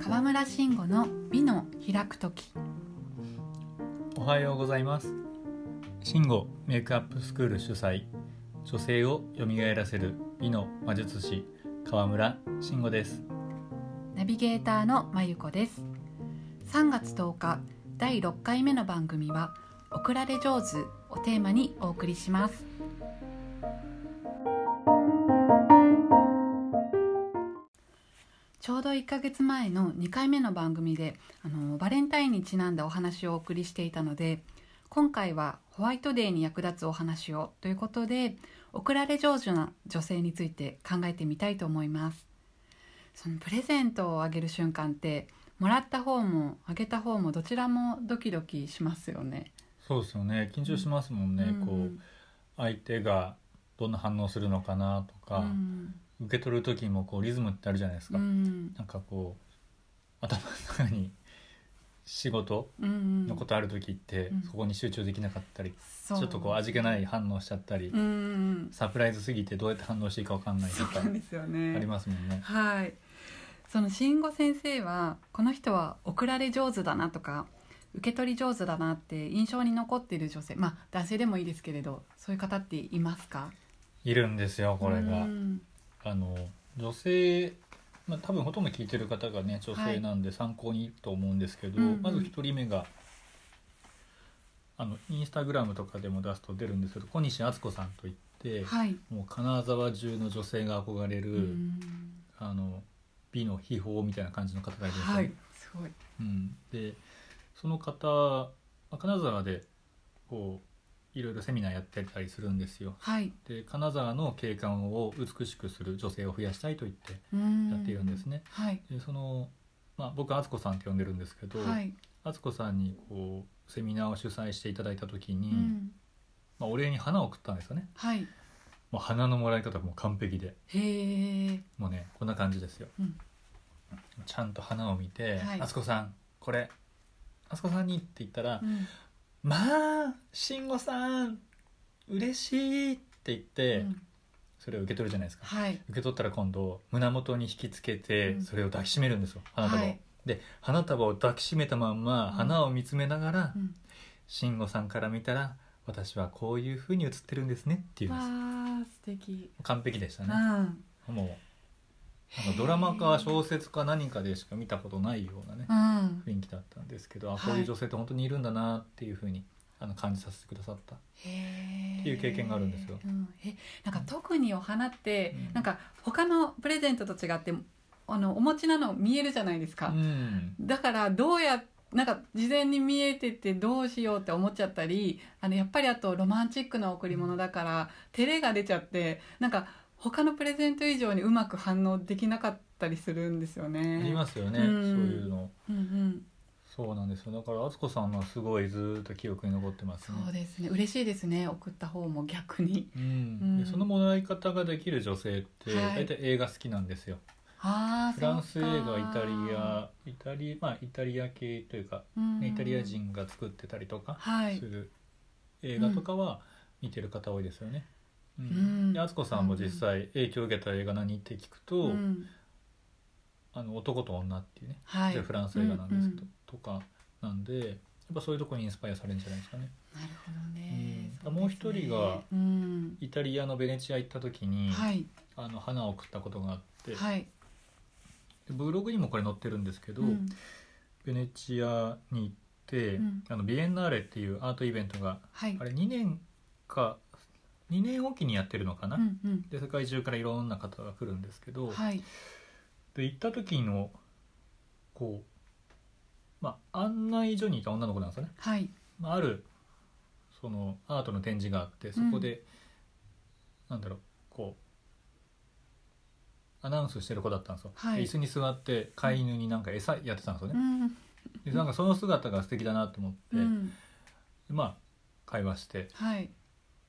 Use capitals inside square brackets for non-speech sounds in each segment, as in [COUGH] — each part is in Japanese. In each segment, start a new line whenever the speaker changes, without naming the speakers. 河村慎吾の美の開くとき
おはようございます慎吾メイクアップスクール主催女性をよみがえらせる美の魔術師川村慎吾です
ナビゲーターのまゆこです3月10日第6回目の番組は「送られ上手」をテーマにお送りしますちょうど1ヶ月前の2回目の番組であのバレンタインにちなんだお話をお送りしていたので今回はホワイトデーに役立つお話をということで送られ上手な女性について考えてみたいと思いますそのプレゼントをあげる瞬間ってもらった方もあげた方もどちらもドキドキしますよね。
そうですよね緊張しますもんね、
うん
こう相手がどんな反応するのかなとか
う、ん
受け取る時もこうリズムってあるじゃないです
う
か、
ん
なんかこう頭の中に仕事
うん
のことある時って、
うん
そこに集中できなかったり、
ちょ
ちょっとこう味気ない反応しちゃったり、
うんうん
サプライズすぎてどうやって反応していいかわかんない
そ
と
う
か
なんですよね。
ありますもんね。
はい。その慎吾先生はこの人は送られ上手だなとか受け取り上手だなって印象に残っている女性、まあ男性でもいいですけれど、そういう方っていますか？
いるんですよこれが。
うん
あの女性まあ、多分ほとんど聞いてる方がね女性なんで参考にいいと思うんですけど、
うんうん
まず1人目があのインスタグラムとかでも出すと出るんですけど小西敦子さんといって、
はい。
もう金沢中の女性が憧れる、
うん
あの美の秘宝みたいな感じの方がいるんですよね、
はい。すごい。
うん、でその方まあ金沢でこういろいろセミナーやってたりするんですよ
はい。
で金沢の景観を美しくする女性を増やしたいと言って
や
やっているんです。ね
はい。
でその、まあ、僕敦子さんって呼んでるんですけど、
はい。
敦子さんにこうセミナーを主催していただいた時に、
うん。
まあ、お礼に花を送ったんですよね
はい。
もう花のもらい方もう完璧で
へえ。
もうねこんな感じですよ、
うん
ちゃんと花を見て
はい
「敦子さんこれ敦子さんに」って言ったら「
うん
まあ慎吾さん嬉しい」って言って、
うん
それを受け取るじゃないですか
はい。
受け取ったら今度胸元に引きつけて、
うん
それを抱きしめるんですよ花束を、
はい
で花束を抱きしめたまんま
ん
花を見つめながら
うん
慎吾さんから見たら私はこういうふうに映ってるんですねっていうん
わ
です
あ、素敵。
完璧でした
う
ね
ん。
もうなんかドラマか小説か何かでしか見たことないようなね
うん。
雰囲気だったんですけどあ
はい
こういう女性って本当にいるんだなっていうふうにあの感じさせてくださった
へえ。
っていう経験があるんですよ
うん、え、なんか特にお花って、
うん
なんか他のプレゼントと違って、あのお持ちなの見えるじゃないですか。
うん
だからどうやなんか事前に見えててどうしようって思っちゃったりあのやっぱりあとロマンチックな贈り物だから照れが出ちゃってなんか他のプレゼント以上にうまく反応できなかったりするんですよね。
ありますよね、
うん
そういうの
うんうん、
そうなんですよだから敦子さんはすごいずーっと記憶に残ってます
そ
ね
うですね嬉しいですね送った方も逆に。
うん
うん
でそのもらい方ができる女性って
はい
大体映画好きなんですよ、
あー
フランス映
そっ
画
か
イタリアイタリ,、まあ、イタリア系というか、
うん
ねイタリア人が作ってたりとか
はい
する映画とかは見てる方多いですよね。うん
うん
で敦子さんも実際影響を受けた映画何って聞くと
う
「
ん
あの男と女」っていうね、
はい、
それフランス映画なんですけど、
う
とかなんでやっぱそういうところにインスパイアされるんじゃないですかね。
なるほどね
うん
そうですね
もう一人が
うん
イタリアのベネチア行った時に、
はい
あの花を送ったことがあって、
はい
でブログにもこれ載ってるんですけど、
うん
ベネチアに行って、
うん
あのビエンナーレっていうアートイベントが
はい
あれ2年か2年おきにやってるのかな、
うんうん
で世界中からいろんな方が来るんですけど、
はい、
で行った時のこう、まあ、案内所にいた女の子なんですよね、
はい、
まあ、あるそのアートの展示があってそこで、なんだろうこうアナウンスしてる子だったんですよ、
はい
で椅子に座って飼い犬になんか餌やってたんですよね
う、ん、
でなんかその姿が素敵だなと思って、
うん、
でまあ会話して
はい、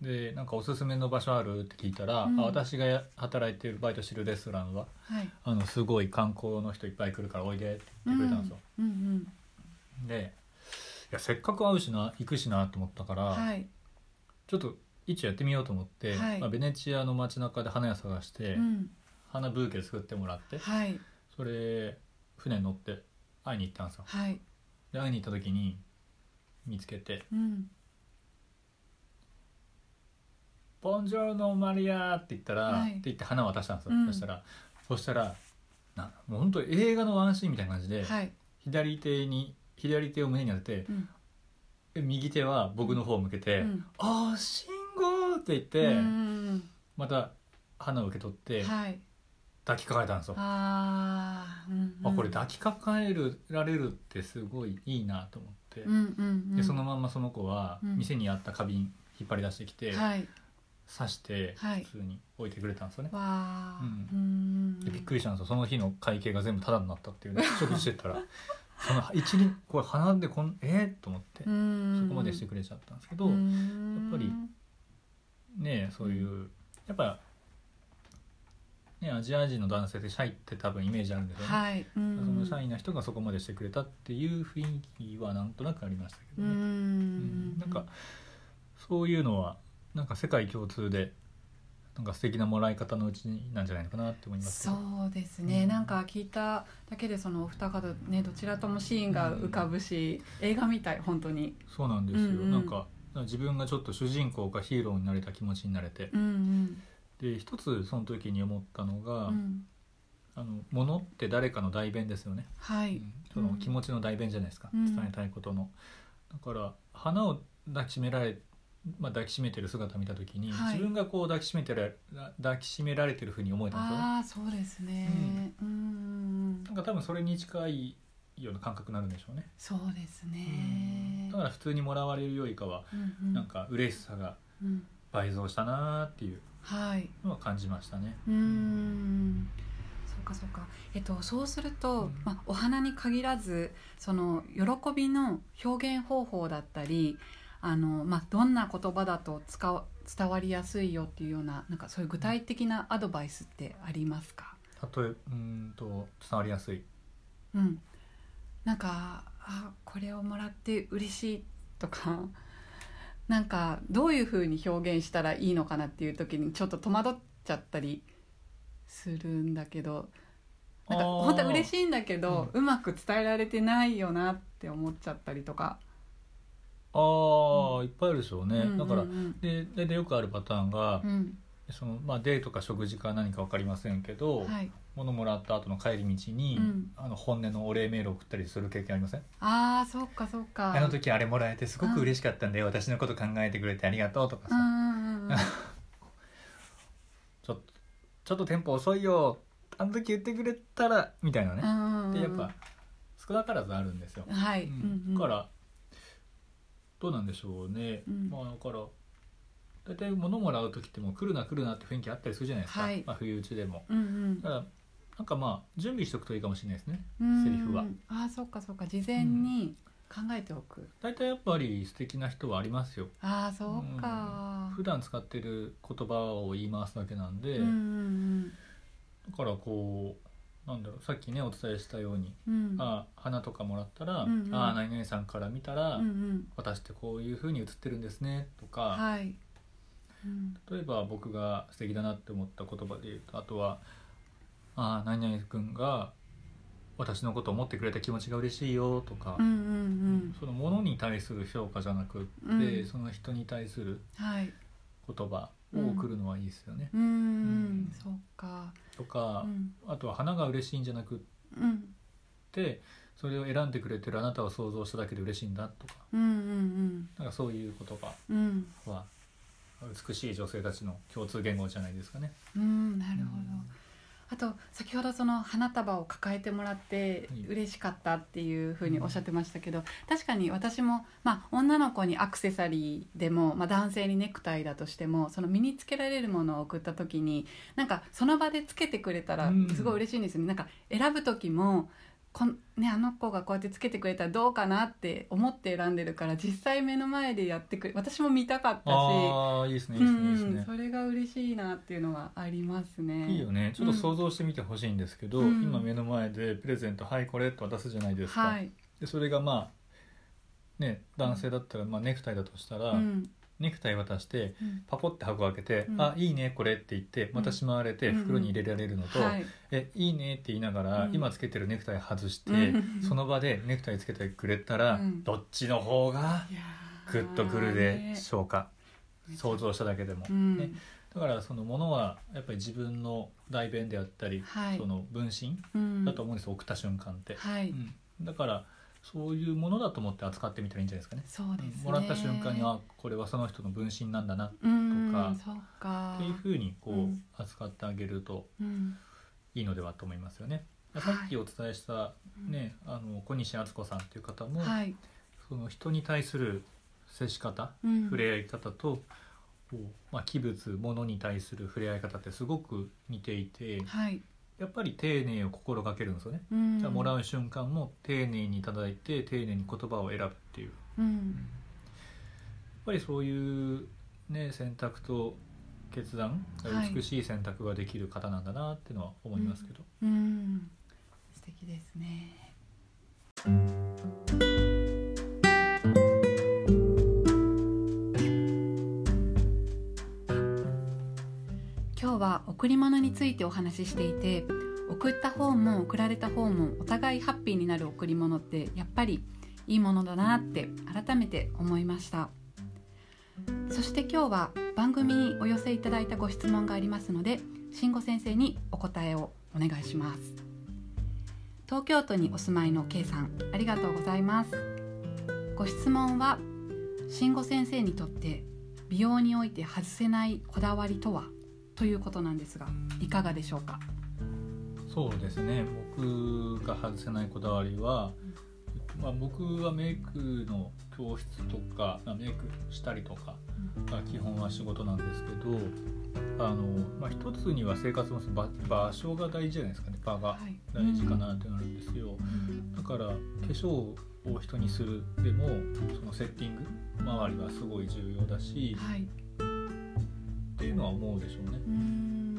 でなんかおすすめの場所あるって聞いたら、
うん
あ私がや働いてるバイトしてるレストランは
はい、
あのすごい観光の人いっぱい来るからおいでって言ってくれたんですよ、
うん、うん、
でいやせっかく会うしな行くしなと思ったから、
うん、はい、
ちょっと一応やってみようと思って、
はい
まあ、ベネチアの街中で花屋探して、
うん、
花ブーケ作ってもらって
はい、
それ船乗って会いに行ったんですよ
はい
で会いに行った時に見つけて
うん
「ボンジョルノマリア」って言ったら、
はい
って言って花渡したんですよ、
うん
そしたらそしたらなもう本当映画のワンシーンみたいな感じで、
はい
左手に左手を胸に当てて
うん
で右手は僕の方を向けて
うん
「ああ信号!」って言って、
うん
また花を受け取って
はい
抱きかかえたんですよ、
あーうん
あこれ抱きかかえるられるってすごいいいなと思って、
うんうんうん
でそのまんまその子は
うん
店にあった花瓶引っ張り出してきて、
はい
刺して
はい
普通に置いてくれたんですよね、
わあ
うん
うん
でびっくりしたんですよその日の会計が全部タダになったっ
[LAUGHS]
ていうね食事してたらその一輪これ花でこんえー、と思って、
うん
そこまでしてくれちゃったんですけど、
うん
やっぱりねえそういう、やっぱねアジア人の男性ってシャイって多分イメージあるんですよね、
はいそ
そのシャイな人がそこまでしてくれたっていう雰囲気はなんとなくありましたけ
う
どね、うん
ん
なんかそういうのはなんか世界共通でなんか素敵なもらい方のうちなんじゃないのかなって思いますけ
そ
ど
うですね、
うん
なんか聞いただけでそのお二方ねどちらともシーンが浮かぶし、映画みたい本当に
そうなんですよ、
うんうん
なんか自分がちょっと主人公かヒーローになれた気持ちになれて
うん
で一つその時に思ったの
うん、
が、
うん、
あの物って誰かの代弁ですよね、
はい、
うんその気持ちの代弁じゃないですか、
うん
伝えたいことのだから花を抱きしめられ、まあ、抱きしめてる姿見た時に、
はい
自分がこう抱きしめてられ抱きしめられてる風に思えたんですよね
ああそうですねうん、うん
なんか多分それに近いような感覚になるんでしょうね、
そうですね
だから普通にもらわれるよりかは
うんうん
なんか嬉しさが
うん
倍増したなーっていう
はい
のは感じましたね
うんそうかそうかえっとそうすると、
うん
まあ、お花に限らずその喜びの表現方法だったりあの、まあ、どんな言葉だと使う伝わりやすいよっていうようななんかそういう具体的なアドバイスってありますか、
例えうーんと伝わりやすい
うん、なんかあこれをもらって嬉しいとか [LAUGHS] なんかどういうふうに表現したらいいのかなっていう時にちょっと戸惑っちゃったりするんだけどなんか
あー
本当は嬉しいんだけど、うまく伝えられてないよなって思っちゃったりとか、
あー、いっぱいあるでしょう
う
ね、
んうんうん
だから
うん
で大体よくあるパターンが、
うん
そのまあ、デートか食事か何か分かりませんけど、
はい、
物もらった後の帰り道に、
うん
あの本音のお礼メールを送ったりする経験ありません
ああそうかそうか
あの時あれもらえてすごく嬉しかったんで私のこと考えてくれてありがとうとか
う
さ、
んうんうん
ちょっとちょっとテンポ遅いよあの時言ってくれたらみたいなね、
うん
でやっぱ少なからずあるんですよ、
はい、
うん
うんうん
だからどうなんでしょうね、
うん
まあだから大体物もらう時ってもう来るな来るなって雰囲気あったりするじゃないですか、
はい
まあ、冬打ちでも
うんうん
だからなんかまあ準備しとくといいかもしれないですね
うん
セリフは
ああそうかそうか事前に考えておく、
大体やっぱり素敵な人はありますよ
ああそうか
普段使ってる言葉を言い回すだけなんで、
うんうん
だからこうなんだろうさっきねお伝えしたように、
うんうん
ああ花とかもらったら、
うんうん
ああ何々さんから見たら、
うんうん
私ってこういう風に映ってるんですねとか、
はい、うん
例えば僕が素敵だなって思った言葉で言うとあとは「ああ何々君が私のことを思ってくれた気持ちが嬉しいよ」とか、
うんうん
そのものに対する評価じゃなくって、
うん
その人に対する
うんはい
言葉を送るのはいいですよね。
うん、
ん
そうか
とか、
うん
あとは花が嬉しいんじゃなくっ
うん
てそれを選んでくれてるあなたを想像しただけで嬉しいんだとか
うんうん
なんかそういう言葉
うんうん
は美しい女性たちの共通言語じゃないですかね。
うんなるほ
う
ど
ん
あと先ほどその花束を抱えてもらって
はい
嬉しかったっていうふうにおっしゃってましたけど、確かに私も、まあ、女の子にアクセサリーでも、まあ、男性にネクタイだとしてもその身につけられるものを送った時になんかその場でつけてくれたら
うん
すごい嬉しいんですよね。なんか選ぶ時もこんね、あの子がこうやってつけてくれたらどうかなって思って選んでるから実際目の前でやってくれ私も見たかったし
ああいいですねいいですねいいです
うん
ね。
それが嬉しいなっていうのはありますね。
いいよねちょっと想像してみてほしいんですけど、
うん
今目の前でプレゼント「はいこれ」って渡すじゃないですか、
はい、
でそれがまあね男性だったら、まあ、ネクタイだとしたら、
うん、
ネクタイ渡して
うん
パコって箱開けて「
うん
あいいねこれ」って言ってまたしまわれて
うん
袋に入れられるのと「
はい
えいいね」って言いながら、
うん
今つけてるネクタイ外して、
うん
その場でネクタイつけてくれたら、
うん
どっちの方が
いやー
グッとくるで
ね
しょうか、想像しただけでも、
うん
ねだからそのものはやっぱり自分の代弁であったり、
はい
その分身
うん
だと思うんですよ、送った瞬間って、
はい、
うん、だからそういうものだと思って扱ってみたらいいんじゃないですかね
そうですね、
うんもらった瞬間にあこれはその人の分身なんだなっ
うん
とか
そうか
ていうふうにこう、
うん
扱ってあげると
うん
いいのではと思いますよね。
はい
さっきお伝えした、ねあの小西敦子さんという方も、
はい、
その人に対する接し方
うん
触れ合い方と、こうまあ、器物物に対する触れ合い方ってすごく似ていて
はい、
やっぱり丁寧を心がけるんですよね。
うん
だからもらう瞬間も丁寧にいただいて丁寧に言葉を選ぶっていう
うん、
やっぱりそういう、ね、選択と決断
はい
美しい選択ができる方なんだなっていうのは思いますけど、
うん、素敵ですね。今日は贈り物についてお話ししていて贈った方も贈られた方もお互いハッピーになる贈り物ってやっぱりいいものだなって改めて思いましたそして今日は番組にお寄せいただいたご質問がありますので慎吾先生にお答えをお願いします東京都にお住まいの K さんありがとうございますご質問は慎吾先生にとって美容において外せないこだわりとはということなんですがいかがでしょうか
そうですね僕が外せないこだわりは、まあ、僕はメイクの教室とか、まあ、メイクしたりとかが基本は仕事なんですけどあの、まあ、一つには生活も場場所が大事じゃないですかね場が
はい
大事かなってなるんですよ。だから化粧を人にするでもそのセッティング周りはすごい重要だし
はい
っていうのは思うでしょうね
うん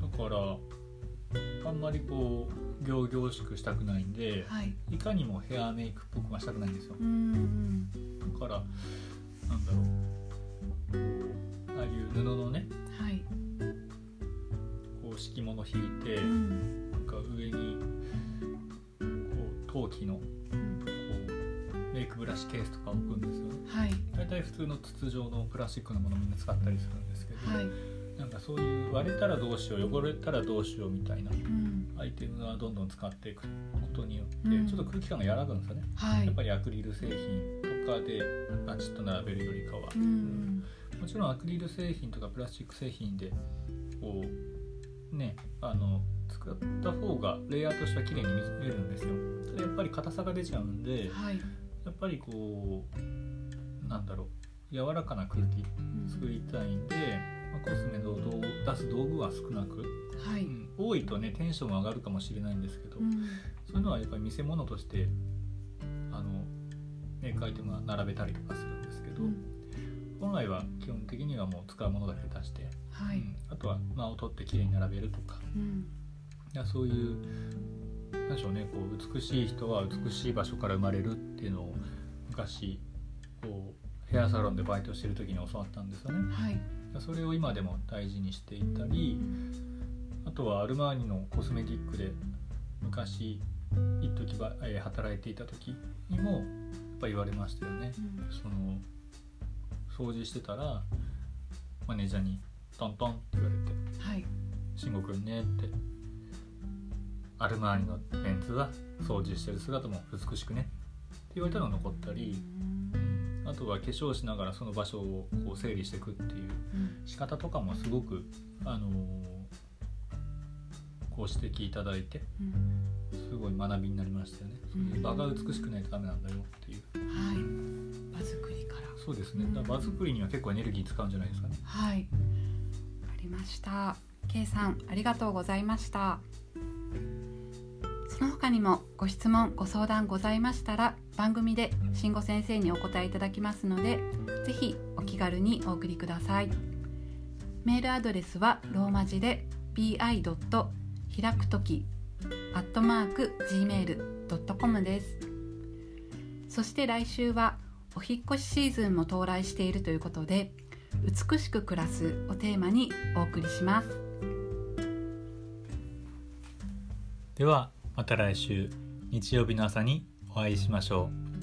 だからあんまりこう仰々しくしたくないんで
はい
いかにもヘアメイクっぽくはしたくないんですよ
うん
だからなんだろうああいう布のね
はい
こう敷物引いて
うん
なんか上にこう陶器のこ
うん
うメイクブラシケースとか置くんですよね
はい
大体普通の筒状のプラスチックのものみんな使ったりするんですけど、
はい
なんかそういう割れたらどうしよう汚れたらどうしようみたいな
うん
アイテムがどんどん使っていくことによって
うん
ちょっと空気感が柔らかいんですよね、
はい
やっぱりアクリル製品とかでバチッと並べるよりかは、
うん
もちろんアクリル製品とかプラスチック製品でこうねあの使った方がレイヤーとしては綺麗に見えるんですよただやっぱり硬さが出ちゃうんで
はい
やっぱりこうなんだろう柔らかな空気
うん
作りたいんで、まあ、コスメの道具出す道具は少なく、
は
う
い
ん多いとねテンションも上がるかもしれないんですけど、
うん
そういうのはやっぱり見せ物としてあのメイクアイテムは並べたりとかするんですけど、
うん
本来は基本的にはもう使うものだけ出して、
はい
うんあとは間を取ってきれいに並べるとか
うん
いやそういう何でしょうねこう美しい人は美しい場所から生まれるっていうのを昔こうヘアサロンでバイトしてる時に教わったんですよね。
はい
それを今でも大事にしていたりあとはアルマーニのコスメティックで昔一時ば、えー働いていた時にもやっぱ言われましたよね
うん
その掃除してたらマネージャーに「トントン」って言われて
はい
「慎吾くんね」って「アルマーニのメンツは掃除してる姿も美しくね」って言われたのが残ったりあとは化粧しながらその場所をこう整理していくっていう
うん
仕方とかもすごく、あのーご指摘いただいて
うん
すごい学びになりましたよねそういう場が美しくないとダメなんだよっていう
はい場作りから
そうですねだから場作りには結構エネルギー使うんじゃないですかね
はいわかりました K さんありがとうございましたその他にもご質問ご相談ございましたら番組で慎吾先生にお答えいただきますのでぜひお気軽にお送りくださいメールアドレスはローマ字で bi. 開くとき gmail.com ですそして来週はお引っ越しシーズンも到来しているということで美しく暮らすをテーマにお送りします
ではまた来週日曜日の朝にお会いしましょう